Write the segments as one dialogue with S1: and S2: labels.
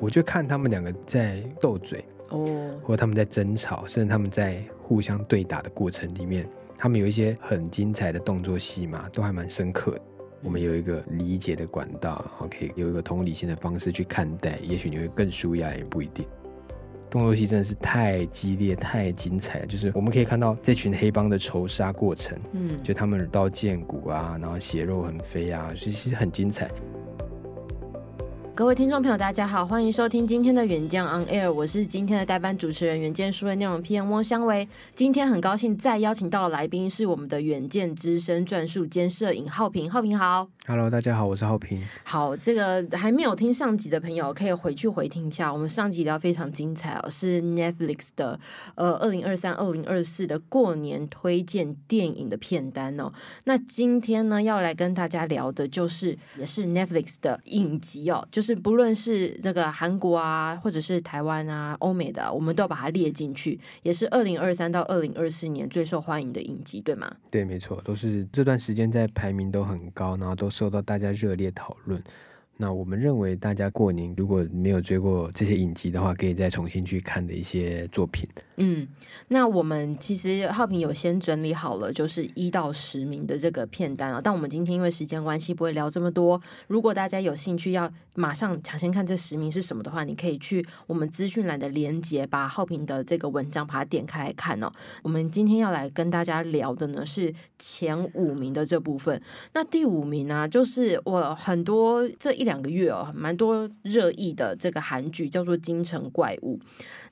S1: 我就看他们两个在斗嘴，
S2: 哦，
S1: 或者他们在争吵，甚至他们在互相对打的过程里面，他们有一些很精彩的动作戏嘛，都还蛮深刻的。我们有一个理解的管道，然后可以有一个同理心的方式去看待，也许你会更舒压，也不一定。动作戏真的是太激烈、太精彩了，就是我们可以看到这群黑帮的仇杀过程，
S2: 嗯，
S1: 就他们刀剑骨啊，然后血肉横飞啊，其实很精彩。
S2: 各位听众朋友，大家好，欢迎收听今天的远见 On Air，我是今天的代班主持人远见书的内容 PM 翁香维。今天很高兴再邀请到的来宾是我们的远见资深转述兼摄影浩平，浩平好。
S1: Hello，大家好，我是浩平。
S2: 好，这个还没有听上集的朋友，可以回去回听一下。我们上集聊非常精彩哦，是 Netflix 的呃二零二三、二零二四的过年推荐电影的片单哦。那今天呢，要来跟大家聊的就是也是 Netflix 的影集哦，就是不论是那个韩国啊，或者是台湾啊、欧美的啊、我们都要把它列进去，也是二零二三到二零二四年最受欢迎的影集，对吗？
S1: 对，没错，都是这段时间在排名都很高，然后都受到大家热烈讨论。那我们认为，大家过年如果没有追过这些影集的话，可以再重新去看的一些作品。
S2: 嗯，那我们其实浩平有先整理好了，就是一到十名的这个片单啊。但我们今天因为时间关系，不会聊这么多。如果大家有兴趣要马上抢先看这十名是什么的话，你可以去我们资讯栏的连接，把浩平的这个文章把它点开来看哦。我们今天要来跟大家聊的呢是前五名的这部分。那第五名呢、就是我很多这一两个月哦，蛮多热议的这个韩剧叫做《京城怪物》。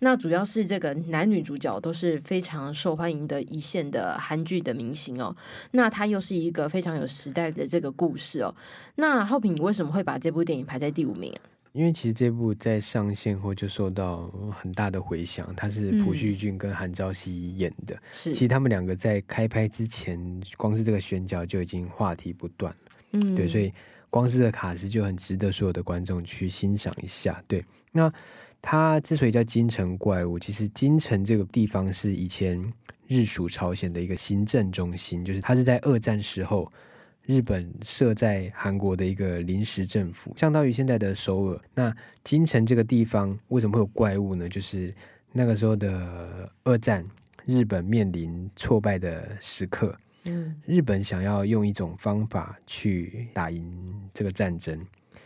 S2: 那主要是这个男女主角都是非常受欢迎的一线的韩剧的明星哦。那它又是一个非常有时代的这个故事哦。那浩平，你为什么会把这部电影排在第五名啊？
S1: 因为其实这部在上线后就受到很大的回响，它是朴叙俊跟韩昭熙演的。
S2: 是
S1: 其实他们两个在开拍之前，光是这个选角就已经话题不断了。
S2: 嗯
S1: 对，所以光是这个卡斯就很值得所有的观众去欣赏一下。对，那它之所以叫京城怪物，其实京城这个地方是以前日属朝鲜的一个行政中心，就是它是在二战时候日本设在韩国的一个临时政府，相当于现在的首尔。那京城这个地方为什么会有怪物呢？就是那个时候的二战，日本面临挫败的时刻，
S2: 嗯
S1: 日本想要用一种方法去打赢这个战争，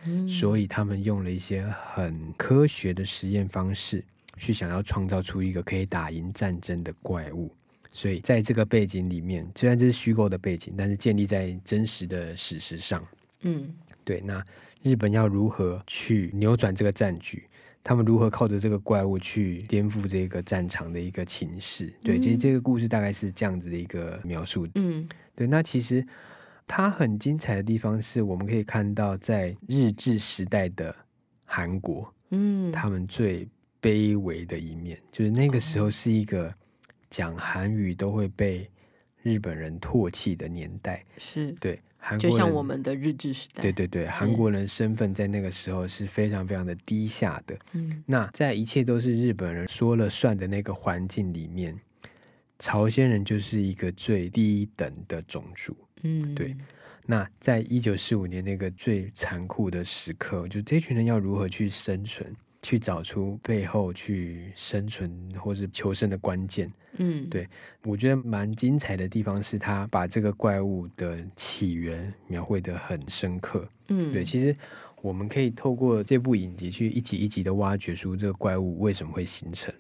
S2: 嗯
S1: 所以他们用了一些很科学的实验方式，去想要创造出一个可以打赢战争的怪物。所以在这个背景里面，虽然这是虚构的背景，但是建立在真实的史实上。
S2: 嗯
S1: 对，那日本要如何去扭转这个战局？他们如何靠着这个怪物去颠覆这个战场的一个情势？对，其实这个故事大概是这样子的一个描述
S2: 嗯
S1: 对，那其实它很精彩的地方是我们可以看到，在日治时代的韩国，
S2: 嗯，
S1: 他们最卑微的一面，就是那个时
S2: 哦
S1: 候是一个讲韩语都会被日本人唾弃的年代。
S2: 是
S1: 对，韩国
S2: 就
S1: 人
S2: 像我们的日治时代，
S1: 对对对，韩国人身份在那个时候是非常非常的低下的。
S2: 嗯
S1: 那在一切都是日本人说了算的那个环境里面，朝鲜人就是一个最低等的种族。
S2: 嗯
S1: 对，那在一九四五年那个最残酷的时刻，就这群人要如何去生存，去找出背后去生存或是求生的关键。
S2: 嗯
S1: 对我觉得蛮精彩的地方是他把这个怪物的起源描绘得很深刻。
S2: 嗯
S1: 对，其实我们可以透过这部影集去一集一集的挖掘出这个怪物为什么会形成，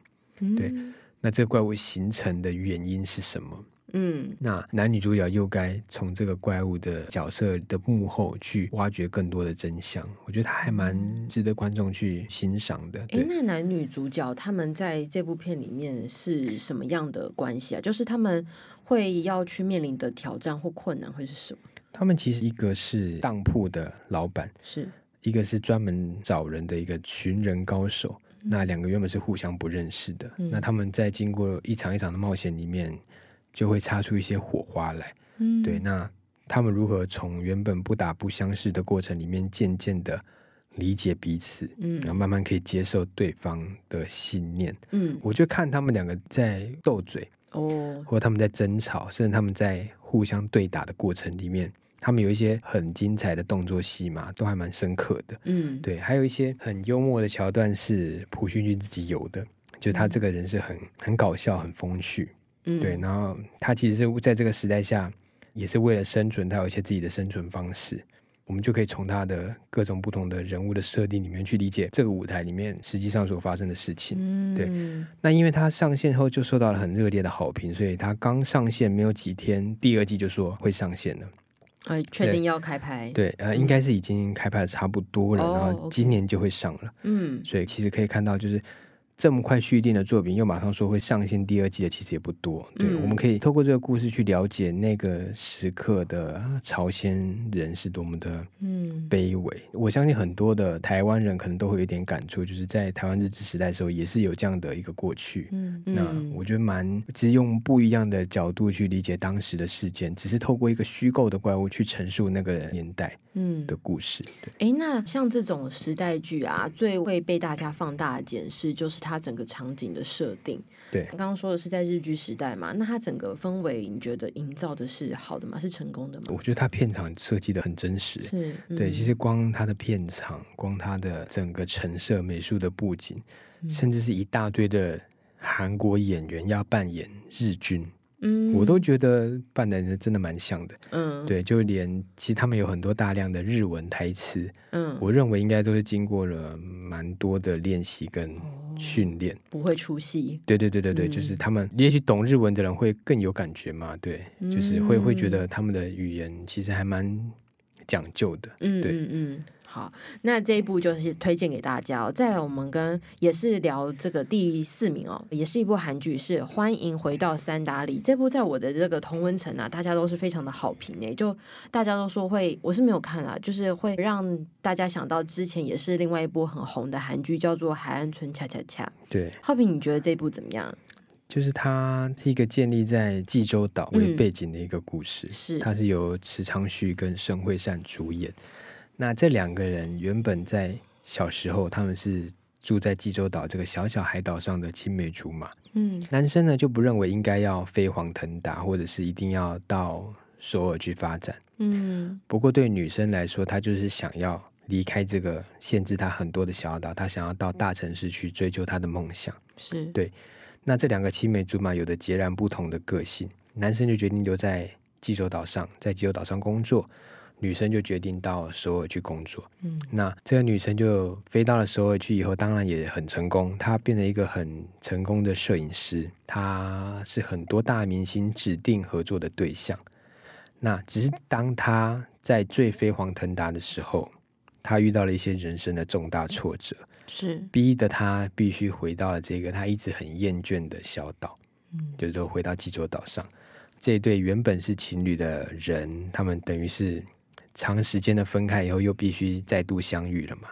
S1: 对
S2: 嗯
S1: 那这个怪物形成的原因是什么。
S2: 嗯
S1: 那男女主角又该从这个怪物的角色的幕后去挖掘更多的真相，我觉得他还蛮值得观众去欣赏的。
S2: 嗯
S1: 对，
S2: 诶，那男女主角他们在这部片里面是什么样的关系啊？就是他们会要去面临的挑战或困难会是什么？
S1: 他们其实一个是当铺的老板，
S2: 是，
S1: 一个是专门找人的一个寻人高手。那两个原本是互相不认识的，
S2: 嗯
S1: 那他们在经过一场一场的冒险里面，就会擦出一些火花来。
S2: 嗯
S1: 对，，那他们如何从原本不打不相识的过程里面，渐渐的理解彼此，然后
S2: 嗯
S1: 慢慢可以接受对方的信念。
S2: 嗯，
S1: 我就看他们两个在斗嘴，
S2: 哦，
S1: 或者他们在争吵，甚至他们在互相对打的过程里面，他们有一些很精彩的动作戏嘛，都还蛮深刻的。
S2: 嗯，
S1: 对，还有一些很幽默的桥段是朴叙俊自己有的，就他这个人是很很搞笑、很风趣。
S2: 嗯
S1: 对，，然后他其实是在这个时代下，也是为了生存，他有一些自己的生存方式。我们就可以从他的各种不同的人物的设定里面去理解这个舞台里面实际上所发生的事情。
S2: 嗯，
S1: 对，那因为他上线后就受到了很热烈的好评，所以他刚上线没有几天，第二季就说会上线了。
S2: 呃，确
S1: 对
S2: 定要开拍，，
S1: 对，呃，应该是已经开拍的差不多了，
S2: 嗯哦
S1: 然后今年就会上了。
S2: 嗯，
S1: 所以其实可以看到，就是这么快续订的作品，又马上说会上线第二季的，其实也不多。对，
S2: 嗯
S1: 我们可以透过这个故事去了解那个时刻的啊朝鲜人是多么的
S2: 嗯，
S1: 卑微。我相信很多的台湾人可能都会有一点感触，就是在台湾日治时代的时候，也是有这样的一个过去。
S2: 嗯，
S1: 那
S2: 嗯
S1: 我觉得蛮，其实用不一样的角度去理解当时的事件，只是透过一个虚构的怪物去陈述那个年代
S2: 嗯
S1: 的，故事。对，
S2: 诶，那像这种时代剧啊，最会被大家放大的检视就是它整个场景的设定。
S1: 对
S2: 刚刚说的是在日剧时代嘛，那它整个氛围，你觉得营造的是好的吗？是成功的吗？
S1: 我觉得他片场设计的很真实。
S2: 是，
S1: 对，其
S2: 嗯
S1: 实光它的片场，光它的整个陈设、美术的布景，
S2: 嗯
S1: 甚至是一大堆的韩国演员要扮演日军，
S2: 嗯，
S1: 我都觉得扮的真的蛮像的。
S2: 嗯，
S1: 对，就连其实他们有很多大量的日文台词，
S2: 嗯，
S1: 我认为应该都是经过了蛮多的练习跟训练。
S2: 不会出戏，
S1: 对对对对对，
S2: 哦嗯
S1: 就是他们也许懂日文的人会更有感觉嘛，对，就是会会觉
S2: 嗯
S1: 得他们的语言其实还蛮讲究的。
S2: 嗯
S1: 对
S2: 嗯嗯。好，那这一部就是推荐给大家、哦。再来，我们跟也是聊这个第四名哦，也是一部韩剧，是《欢迎回到三打里》。这部在我的这个同温层啊，大家都是非常的好评诶，就大家都说会，我是没有看啦，就是会让大家想到之前也是另外一部很红的韩剧，叫做《海岸村恰恰恰》。
S1: 对，
S2: 浩平，你觉得这部怎么样？
S1: 就是它是一个建立在济州岛为
S2: 嗯
S1: 背景的一个故事，
S2: 是
S1: 它是由池昌旭跟申惠善主演。那这两个人原本在小时候，他们是住在济州岛这个小小海岛上的青梅竹马。
S2: 嗯
S1: 男生呢就不认为应该要飞黄腾达，或者是一定要到首尔去发展。
S2: 嗯
S1: 不过对女生来说，她就是想要离开这个限制她很多的小岛，她想要到大城市去追求她的梦想。
S2: 是
S1: 对那这两个青梅竹马有着截然不同的个性，男生就决定留在济州岛上，在济州岛上工作。女生就决定到首尔去工作。
S2: 嗯
S1: 那这个女生就飞到了首尔去以后，当然也很成功。她变成一个很成功的摄影师，她是很多大明星指定合作的对象。那只是当她在最飞黄腾达的时候，她遇到了一些人生的重大挫折，
S2: 是
S1: 逼得他必须回到了这个他一直很厌倦的小岛，
S2: 嗯
S1: 就是说回到济州岛上。这一对原本是情侣的人，他们等于是长时间的分开以后，又必须再度相遇了嘛？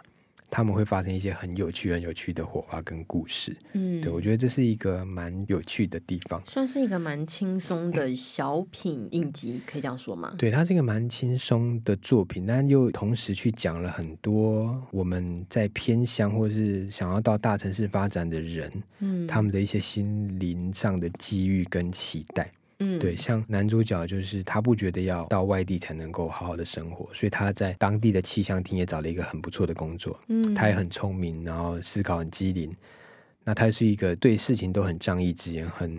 S1: 他们会发生一些很有趣、很有趣的火花跟故事。
S2: 嗯
S1: 对我觉得这是一个蛮有趣的地方。
S2: 算是一个蛮轻松的小品影集，可以这样说吗？
S1: 对，它是一个蛮轻松的作品，但又同时去讲了很多我们在偏乡或是想要到大城市发展的人，
S2: 嗯，
S1: 他们的一些心灵上的机遇跟期待。
S2: 嗯
S1: 对，像男主角就是他不觉得要到外地才能够好好的生活，所以他在当地的气象厅也找了一个很不错的工作。
S2: 嗯
S1: 他也很聪明，然后思考很机灵。那他是一个对事情都很仗义执言、很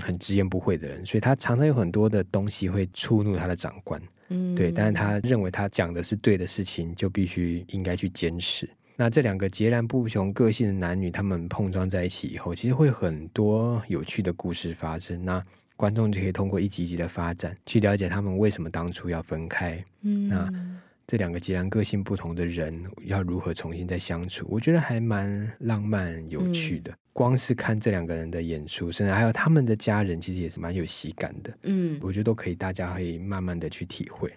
S1: 很直言不讳的人，所以他常常有很多的东西会触怒他的长官。
S2: 嗯
S1: 对，但是他认为他讲的是对的事情，就必须应该去坚持。那这两个截然不同个性的男女，他们碰撞在一起以后，其实会很多有趣的故事发生。那观众就可以通过一集一集的发展，去了解他们为什么当初要分开，
S2: 嗯
S1: 那这两个截然个性不同的人要如何重新再相处，我觉得还蛮浪漫
S2: 嗯
S1: 有趣的。光是看这两个人的演出，甚至还有他们的家人，其实也是蛮有喜感的。
S2: 嗯，
S1: 我觉得都可以，大家可以慢慢的去体会。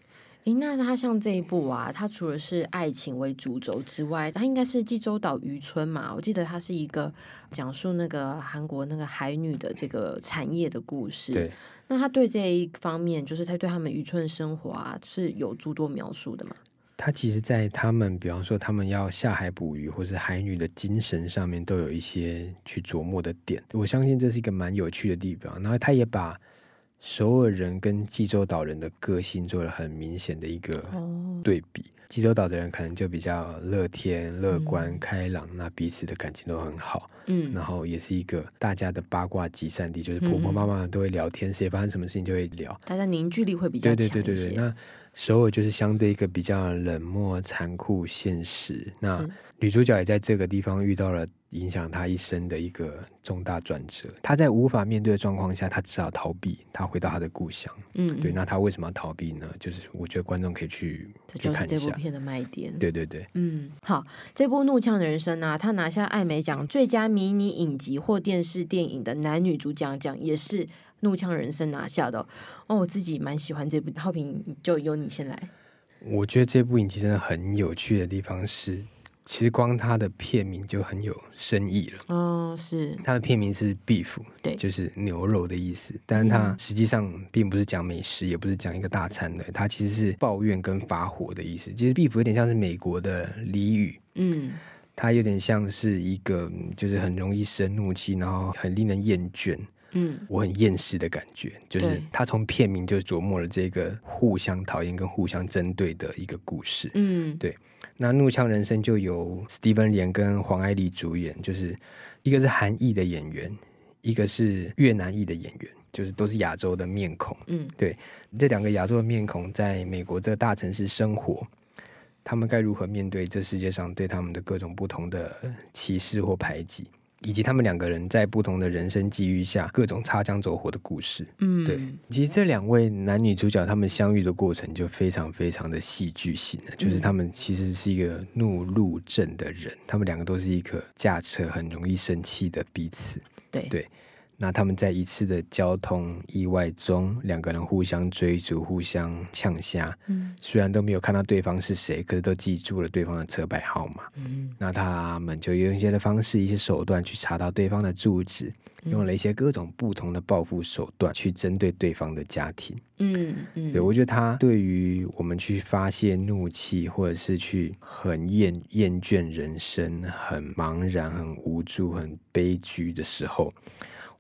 S2: 诶，那他像这一部啊，它除了是爱情为主轴之外，它应该是济州岛渔村嘛？我记得它是一个讲述那个韩国那个海女的这个产业的故事。
S1: 对，，
S2: 那他对这一方面，就是他对他们渔村生活啊，是有诸多描述的嘛？
S1: 他其实，在他们，比方说他们要下海捕鱼，或是海女的精神上面，都有一些去琢磨的点。我相信这是一个蛮有趣的地方。然后他也把首尔人跟济州岛人的个性做了很明显的一个
S2: 哦，
S1: 对比。济州岛的人可能就比较乐天、乐观、
S2: 嗯
S1: 开朗，那彼此的感情都很好，
S2: 嗯
S1: 然后也是一个大家的八卦集散地，就是婆婆
S2: 嗯
S1: 妈妈都会聊天，谁发生什么事情就会聊。
S2: 大家凝聚力会比较
S1: 对
S2: 强
S1: 对
S2: 一
S1: 对对对，
S2: 些。
S1: 那首尔就是相对一个比较冷漠、残酷、现实。那
S2: 是
S1: 女主角也在这个地方遇到了影响她一生的一个重大转折。她在无法面对的状况下，她只好逃避，她回到她的故乡。
S2: 嗯，
S1: 对，
S2: 嗯
S1: 那她为什么要逃避呢？就是我觉得观众可以去
S2: 这
S1: 去
S2: 就是
S1: 看一
S2: 这部
S1: 下。
S2: 片的卖点。
S1: 对对对，
S2: 嗯，好，这部《怒呛人生》呢，他拿下艾美奖最佳迷你影集或电视电影的男女主角奖，也是《怒呛人生》拿下的哦。哦我自己蛮喜欢这部，浩平就由你先来。
S1: 我觉得这部影集真的很有趣的地方是，其实光它的片名就很有深意了。
S2: 哦，是，
S1: 它的片名是 beef，
S2: 对嗯
S1: 就是牛肉的意思。但是它实际上并不是讲美食，也不是讲一个大餐的，它其实是抱怨跟发火的意思。其实 beef 有点像是美国的俚语，
S2: 嗯
S1: 它有点像是一个嗯就是很容易生怒气，然后很令人厌倦，
S2: 嗯
S1: 我很厌世的感觉。就是
S2: 对
S1: 它从片名就琢磨了这个互相讨厌跟互相针对的一个故事。
S2: 嗯，
S1: 那《怒呛人生》就由 Steven 连跟黄爱丽主演，就是一个是韩裔的演员，一个是越南裔的演员，就是都是亚洲的面孔。
S2: 嗯，
S1: 这两个亚洲的面孔在美国这个大城市生活，他们该如何面对这世界上对他们的各种不同的歧视或排挤，以及他们两个人在不同的人生际遇下各种擦枪走火的故事。
S2: 嗯，
S1: 对其实这两位男女主角他们相遇的过程就非常非常的戏剧性了，就是他们其实是一个怒路症的人，他们两个都是一个驾车很容易生气的彼此。
S2: 对
S1: 对那他们在一次的交通意外中，两个人互相追逐、互相呛虾，
S2: 嗯
S1: 虽然都没有看到对方是谁，可是都记住了对方的车牌号码。
S2: 嗯
S1: 那他们就用一些的方式、一些手段去查到对方的住址，用了一些各种不同的报复手段去针对对方的家庭。
S2: 嗯嗯，
S1: 对，我觉得他对于我们去发泄怒气，或者是去很厌厌倦人生、很茫然、很无助、很悲剧的时候，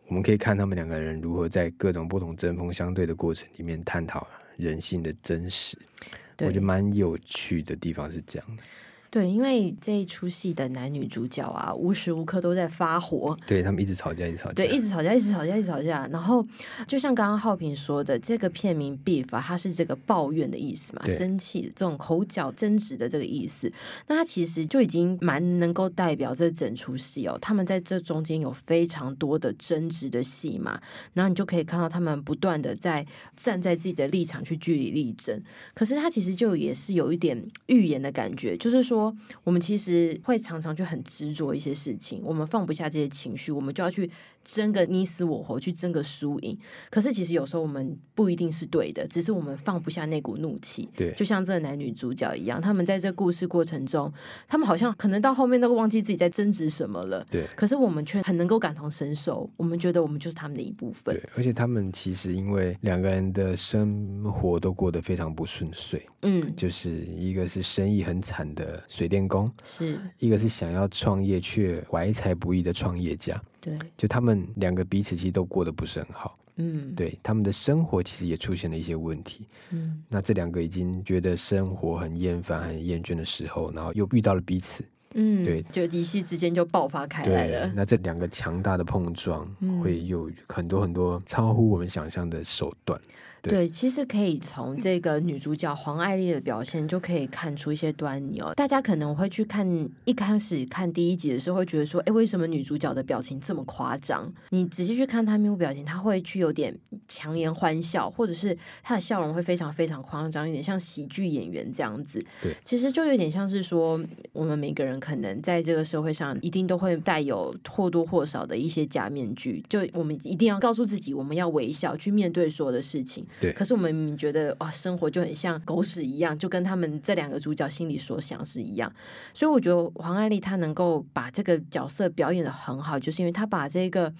S1: 我们可以看他们两个人如何在各种不同针锋相对的过程里面探讨人性的真实。我
S2: 对
S1: 觉得蛮有趣的地方是这样的，
S2: 对，因为这一出戏的男女主角啊，无时无刻都在发火，
S1: 对他们一直吵架，一直吵架，
S2: 对，一直吵架，一直吵架，一直吵架。然后就像刚刚浩平说的，这个片名 beef 啊，它是这个抱怨的意思嘛，
S1: 对
S2: 生气这种口角争执的这个意思。那它其实就已经蛮能够代表这整出戏哦。他们在这中间有非常多的争执的戏嘛，然后你就可以看到他们不断的在站在自己的立场去据理力争。可是它其实就也是有一点预言的感觉，就是说我们其实会常常就很执着一些事情，我们放不下这些情绪，我们就要去争个你死我活，去争个输赢。可是其实有时候我们不一定是对的，只是我们放不下那股怒气。
S1: 对
S2: 就像这个男女主角一样，他们在这故事过程中，他们好像可能到后面都忘记自己在争执什么了。
S1: 对
S2: 可是我们却很能够感同身受，我们觉得我们就是他们的一部分
S1: 对。，而且他们其实因为两个人的生活都过得非常不顺遂，
S2: 嗯，
S1: 就是一个是生意很惨的水电工，
S2: 是
S1: 一个是想要创业却怀才不遇的创业家，
S2: 对，
S1: 就他们两个彼此其实都过得不是很好，
S2: 嗯，
S1: 对他们的生活其实也出现了一些问题。
S2: 嗯，
S1: 那这两个已经觉得生活很厌烦、很厌倦的时候，然后又遇到了彼此，
S2: 嗯，
S1: 对
S2: 就一夕之间就爆发开来
S1: 对
S2: 了，。
S1: 那这两个强大的碰撞
S2: 嗯
S1: 会有很多很多超乎我们想象的手段。对
S2: 对，其实可以从这个女主角黄爱丽的表现就可以看出一些端倪哦。大家可能会去看一开始看第一集的时候，会觉得说，哎，为什么女主角的表情这么夸张？你仔细去看她面部表情，她会去有点强颜欢笑，或者是她的笑容会非常非常夸张，有点像喜剧演员这样子。
S1: 对，
S2: 其实就有点像是说，我们每个人可能在这个社会上一定都会带有或多或少的一些假面具，就我们一定要告诉自己，我们要微笑去面对所有的事情。
S1: 对
S2: 可是我们明明觉得哇，生活就很像狗屎一样，就跟他们这两个主角心里所想是一样。所以我觉得黄爱丽她能够把这个角色表演的很好，就是因为她把这个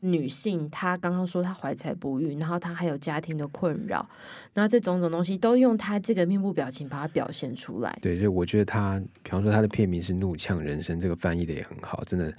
S2: 女性，她刚刚说她怀才不遇，然后她还有家庭的困扰，然后这种种东西都用她这个面部表情把它表现出来。
S1: 对，所以我觉得他，比方说他的片名是《怒呛人生》，这个翻译的也很好，真的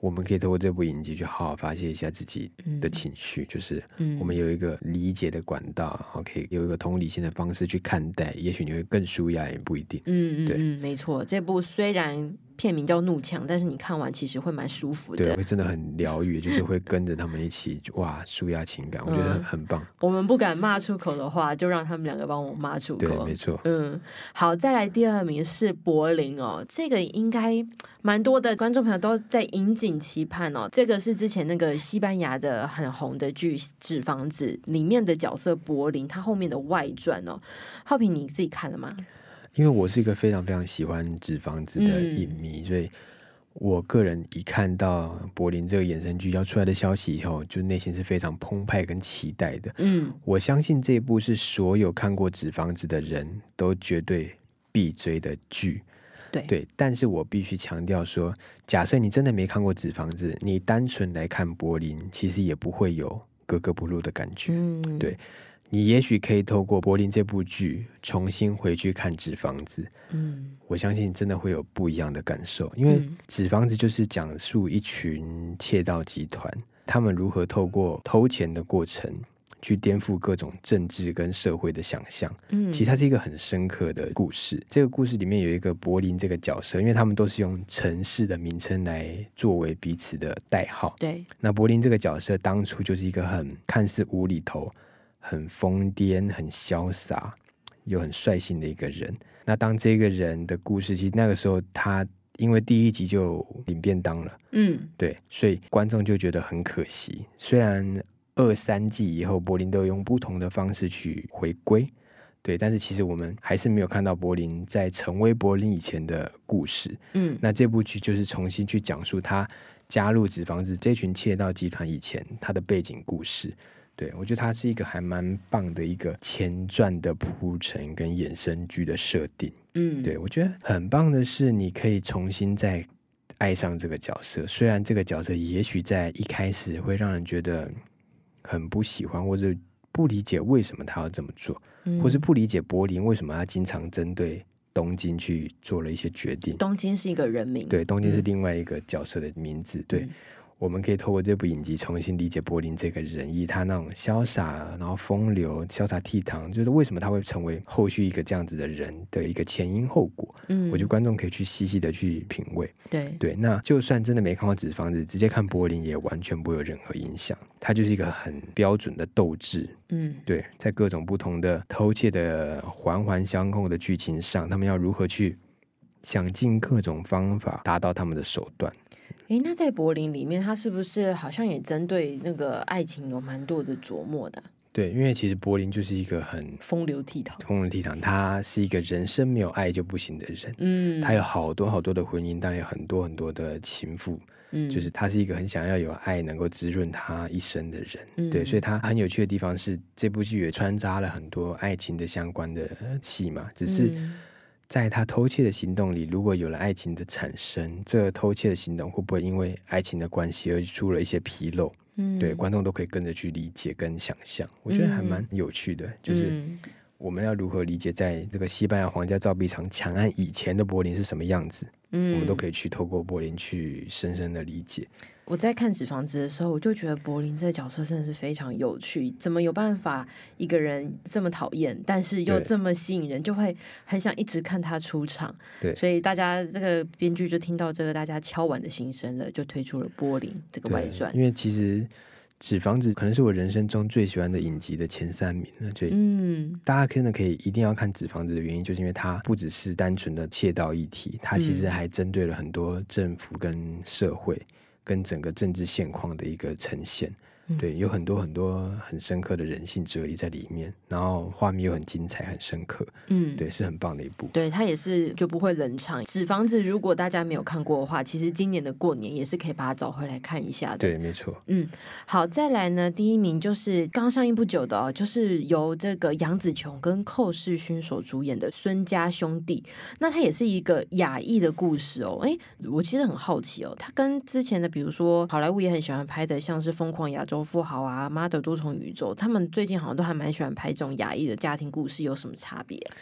S1: 我们可以透过这部影集去好好发泄一下自己的情绪，就是
S2: 嗯，
S1: 我们有一个理解的管道，然后可以有一个同理心的方式去看待，也许你会更舒压，也不一定。
S2: 嗯嗯
S1: 对
S2: 嗯，没错，这部虽然片名叫《怒呛》，但是你看完其实会蛮舒服
S1: 对，啊
S2: 的。
S1: 会真的很疗愈，就是会跟着他们一起哇，舒压情感，我觉得很
S2: 嗯
S1: 很棒。
S2: 我们不敢骂出口的话，就让他们两个帮我骂出
S1: 对，
S2: 口
S1: 没。错。
S2: 嗯，好，再来第二名是柏林哦，这个应该蛮多的观众朋友都在引颈期盼哦。这个是之前那个西班牙的很红的剧《纸房子》里面的角色柏林，他后面的外传哦。浩平你自己看了吗？
S1: 因为我是一个非常非常喜欢《纸房子》的
S2: 嗯
S1: 影迷，所以我个人一看到柏林这个衍生剧要出来的消息以后，就内心是非常澎湃跟期待的。
S2: 嗯，
S1: 我相信这一部是所有看过《纸房子》的人都绝对必追的剧。
S2: 对
S1: 对，但是我必须强调说，假设你真的没看过《纸房子》，你单纯来看柏林，其实也不会有格格不入的感觉。
S2: 嗯，
S1: 对你也许可以透过柏林这部剧重新回去看《纸房子》，
S2: 嗯，
S1: 我相信真的会有不一样的感受，因为《
S2: 嗯
S1: 纸房子》就是讲述一群窃盗集团，他们如何透过偷钱的过程去颠覆各种政治跟社会的想象。
S2: 嗯，
S1: 其实它是一个很深刻的故事。这个故事里面有一个柏林这个角色，因为他们都是用城市的名称来作为彼此的代号。
S2: 对，
S1: 那柏林这个角色当初就是一个很看似无厘头、很疯癫、很潇洒又很率性的一个人。那当这个人的故事，其实那个时候他因为第一集就领便当了，
S2: 嗯
S1: 对，所以观众就觉得很可惜。虽然二三季以后柏林都有用不同的方式去回归。对，但是其实我们还是没有看到柏林在成为柏林以前的故事。
S2: 嗯
S1: 那这部剧就是重新去讲述他加入纸房子这群窃盗集团以前他的背景故事。对我觉得它是一个还蛮棒的一个前传的铺陈跟衍生剧的设定。
S2: 嗯，
S1: 对我觉得很棒的是，你可以重新再爱上这个角色，虽然这个角色也许在一开始会让人觉得很不喜欢或者。不理解为什么他要这么做，
S2: 嗯，
S1: 或是不理解柏林为什么他经常针对东京去做了一些决定。
S2: 东京是一个人名，
S1: 对，东京是
S2: 嗯
S1: 另外一个角色的名字。对
S2: 嗯，
S1: 我们可以透过这部影集重新理解柏林这个人，以他那种潇洒，然后风流、潇洒倜傥，就是为什么他会成为后续一个这样子的人的一个前因后果。
S2: 嗯，
S1: 我觉得观众可以去细细的去品味。
S2: 对，
S1: 对，那就算真的没看过《纸房子》，直接看柏林也完全不会有任何影响。他就是一个很标准的斗志，
S2: 嗯
S1: 对，在各种不同的偷窃的环环相扣的剧情上，他们要如何去想尽各种方法达到他们的手段？
S2: 诶，那在柏林里面，他是不是好像也针对那个爱情有蛮多的琢磨的啊，
S1: 对，因为其实柏林就是一个很
S2: 风流倜傥？
S1: 通人倜傥，他是一个人生没有爱就不行的人。
S2: 嗯，
S1: 他有好多好多的婚姻，但有很多很多的情妇，
S2: 嗯
S1: 就是他是一个很想要有爱能够滋润他一生的人。对，
S2: 嗯
S1: 所以他很有趣的地方是，这部剧也穿插了很多爱情的相关的戏嘛，只是。
S2: 嗯
S1: 在他偷窃的行动里，如果有了爱情的产生，这个偷窃的行动会不会因为爱情的关系而出了一些纰漏？
S2: 嗯
S1: 对，观众都可以跟着去理解跟想象，我觉得还蛮有趣的。就是
S2: 嗯
S1: 我们要如何理解，在这个西班牙皇家造币厂抢案以前的柏林是什么样子，我们都
S2: 嗯，
S1: 可以去透过柏林去深深的理解。
S2: 我在看《纸房子》的时候，我就觉得柏林这个角色真的是非常有趣，怎么有办法一个人这么讨厌，但是又
S1: 对
S2: 这么吸引人，就会很想一直看他出场。
S1: 对
S2: 所以大家这个编剧就听到这个大家敲碗的心声了，就推出了柏林这个外
S1: 对
S2: 传。
S1: 因为其实《纸房子》可能是我人生中最喜欢的影集的前三名了，所以
S2: 嗯
S1: 大家真的可以一定要看《纸房子》的原因，就是因为它不只是单纯的窃盗议题，它其实
S2: 嗯
S1: 还针对了很多政府跟社会跟整个政治现况的一个呈现。
S2: 嗯
S1: 对，有很多很多很深刻的人性哲理在里面，然后画面又很精彩、很深刻，
S2: 嗯，
S1: 对，是很棒的一部。
S2: 对，它也是就不会冷场。纸房子如果大家没有看过的话，其实今年的过年也是可以把它找回来看一下的。
S1: 对，没错，
S2: 嗯，好，再来呢，第一名就是刚上映不久的哦，就是由这个杨紫琼跟寇世勋所主演的《孙家兄弟》，那它也是一个亚裔的故事哦。诶，我其实很好奇哦，它跟之前的比如说好莱坞也很喜欢拍的，像是《疯狂亚洲富豪》啊，《妈的多重宇宙》，他们最近好像都还蛮喜欢拍这种亚裔的家庭故事，有什么差别啊？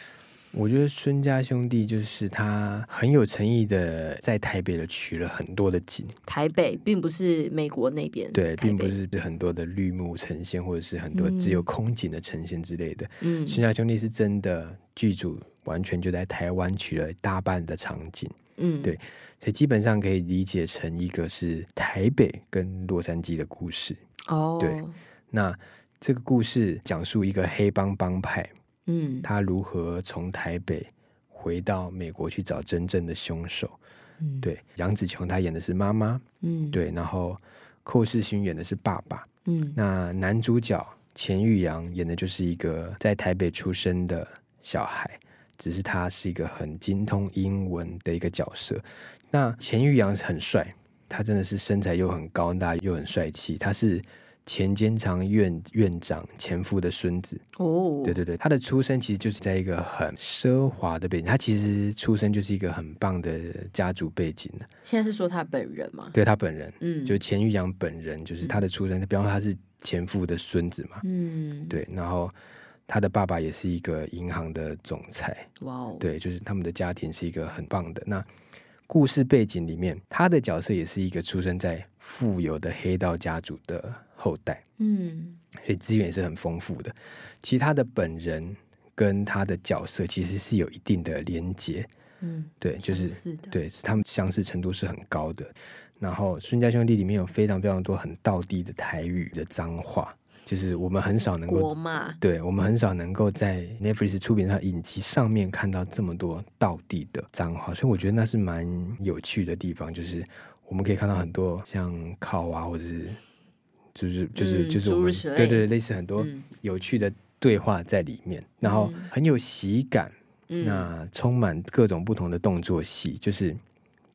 S1: 我觉得孙家兄弟就是他很有诚意的在台北的取了很多的景，
S2: 台北并不是美国那边，
S1: 对，
S2: 嗯台
S1: 并不
S2: 北，
S1: 是很多的绿幕呈现，或者是很多只有空景的呈现之类的。
S2: 嗯，
S1: 孙家兄弟是真的剧组完全就在台湾取了大半的场景，
S2: 嗯，
S1: 对所以基本上可以理解成一个是台北跟洛杉矶的故事。
S2: 哦，
S1: 对，那这个故事讲述一个黑帮帮派，
S2: 嗯，
S1: 他如何从台北回到美国去找真正的凶手。
S2: 嗯，
S1: 对，杨紫琼她演的是妈妈，
S2: 嗯，，
S1: 对，然后寇世勋演的是爸爸。
S2: 嗯，
S1: 那男主角钱玉阳演的就是一个在台北出生的小孩，只是他是一个很精通英文的一个角色。那钱玉阳很帅，他真的是身材又很高大又很帅气，他是前监察院院长前夫的孙子。
S2: 哦，
S1: 对，对对，他的出生其实就是在一个很奢华的背景，他其实出生就是一个很棒的家族背景的
S2: 现在是说他本人嘛，
S1: 对他本人，
S2: 嗯，
S1: 就钱玉阳本人，就是他的出生，比方说他是前夫的孙子嘛，
S2: 嗯，，
S1: 对，然后他的爸爸也是一个银行的总裁，
S2: 哇哦，，
S1: 对，就是他们的家庭是一个很棒的。那故事背景里面，他的角色也是一个出生在富有的黑道家族的后代。
S2: 嗯，
S1: 所以资源也是很丰富的。其实他的本人跟他的角色其实是有一定的连接，
S2: 嗯，
S1: 对，就是
S2: 相似的，
S1: 对，是他们相似程度是很高的。然后《孙家兄弟》里面有非常非常多很道地的台语的脏话，就是我们很少能
S2: 国
S1: 够，
S2: 骂，
S1: 对我们很少能够在 Netflix 出品上影集上面看到这么多道地的脏话，所以我觉得那是蛮有趣的地方，就是我们可以看到很多像靠啊，或者是就是就是
S2: 嗯
S1: 就是
S2: 诸
S1: 我
S2: 如
S1: 们
S2: 此
S1: 对对
S2: 类
S1: 对类似很多
S2: 嗯
S1: 有趣的对话在里面，然后
S2: 嗯
S1: 很有喜感，
S2: 嗯，
S1: 那充满各种不同的动作戏，就是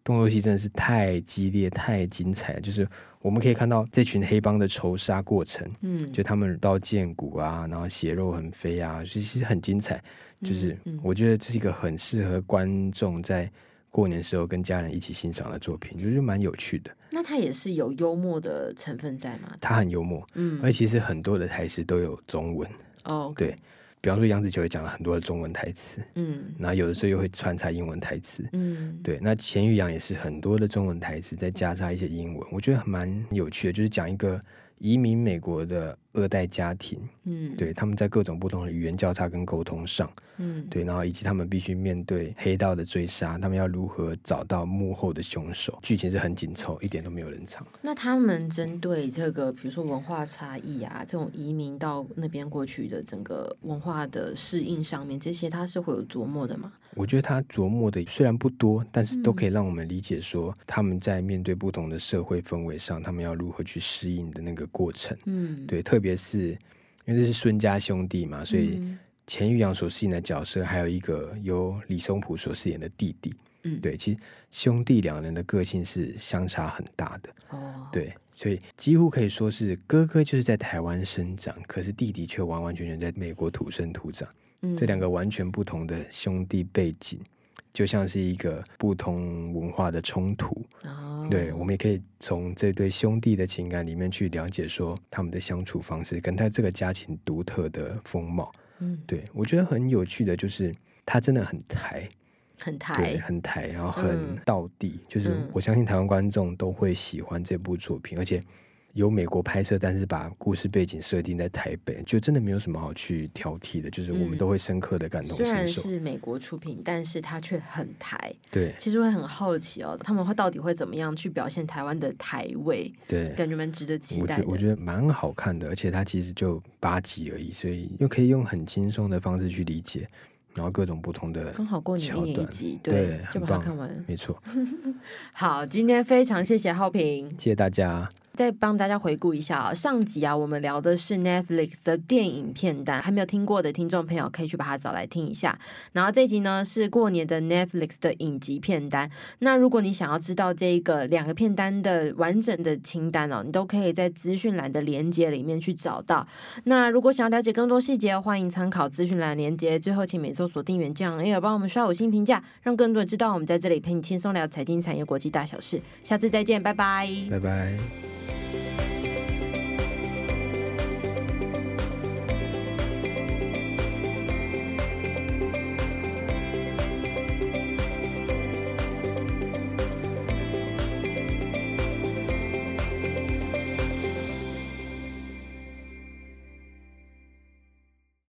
S1: 动作戏真的是太激烈、太精彩了，就是我们可以看到这群黑帮的仇杀过程，
S2: 嗯，
S1: 就他们刀剑骨啊，然后血肉横飞啊，其实很精彩。就是
S2: 嗯嗯
S1: 我觉得这是一个很适合观众在过年时候跟家人一起欣赏的作品，就是蛮有趣的。
S2: 那他也是有幽默的成分在嘛，
S1: 它很幽默，
S2: 嗯，
S1: 而其实很多的台词都有中文。
S2: 哦，
S1: 哎对，比方说杨子球也讲了很多的中文台词，
S2: 嗯
S1: 然后有的时候又会穿插英文台词。
S2: 嗯，
S1: 对，那钱玉阳也是很多的中文台词，再加上一些英文，我觉得蛮有趣的，就是讲一个移民美国的二代家庭，
S2: 嗯，
S1: 对，他们在各种不同的语言交叉跟沟通上，
S2: 嗯，
S1: 对，然后以及他们必须面对黑道的追杀，他们要如何找到幕后的凶手，剧情是很紧凑，一点都没有人长。
S2: 那他们针对这个，比如说文化差异啊，这种移民到那边过去的整个文化的适应上面，这些他是会有琢磨的嘛？
S1: 我觉得他琢磨的虽然不多，但是
S2: 嗯
S1: 都可以让我们理解说他们在面对不同的社会氛围上，他们要如何去适应的那个过程。
S2: 嗯，
S1: 对，特别是因为这是孙家兄弟嘛，所
S2: 嗯
S1: 以钱玉阳所饰演的角色，还有一个由李松浦所饰演的弟弟。
S2: 嗯
S1: 对，其实兄弟两人的个性是相差很大的，
S2: 哦，
S1: 对，所以几乎可以说是哥哥就是在台湾生长，可是弟弟却完完全全在美国土生土长。
S2: 嗯，
S1: 这两个完全不同的兄弟背景，就像是一个不同文化的冲突。
S2: 哦，
S1: 对，我们也可以从这对兄弟的情感里面去了解，说他们的相处方式跟他这个家庭独特的风貌。
S2: 嗯，
S1: 对我觉得很有趣的就是，他真的很台，
S2: 很
S1: 对，
S2: 台，
S1: 很台，然后很
S2: 嗯
S1: 道地。就是
S2: 嗯
S1: 我相信台湾观众都会喜欢这部作品，而且。由美国拍摄，但是把故事背景设定在台北，就真的没有什么好去挑剔的，就是我们
S2: 嗯
S1: 都会深刻的感同
S2: 虽然
S1: 身受。
S2: 是美国出品，但是它却很台。
S1: 对
S2: 其实会很好奇哦，他们会到底会怎么样去表现台湾的台味，
S1: 对，
S2: 感觉蛮值得期
S1: 我觉
S2: 待
S1: 得我
S2: 的。
S1: 觉得蛮好看的，而且它其实就八集而已，所以又可以用很轻松的方式去理解，然后各种不同的
S2: 刚好过年
S1: 桥
S2: 一年一
S1: 段
S2: 集，
S1: 对
S2: 就
S1: 很
S2: 把它
S1: 棒
S2: 看完。
S1: 没错，
S2: 好，今天非常谢谢浩平。
S1: 谢谢大家，
S2: 再帮大家回顾一下啊、上集啊，我们聊的是 Netflix 的电影片单，还没有听过的听众朋友可以去把它找来听一下。然后这集呢是过年的 Netflix 的影集片单。那如果你想要知道这一个两个片单的完整的清单哦，你都可以在资讯栏的连接里面去找到。那如果想要了解更多细节，欢迎参考资讯栏连接。最后，请每搜索订阅酱 A 尔哎帮我们刷五星评价，让更多人知道我们在这里陪你轻松聊财经、产业、国际大小事。下次再见，拜拜。
S1: 拜拜。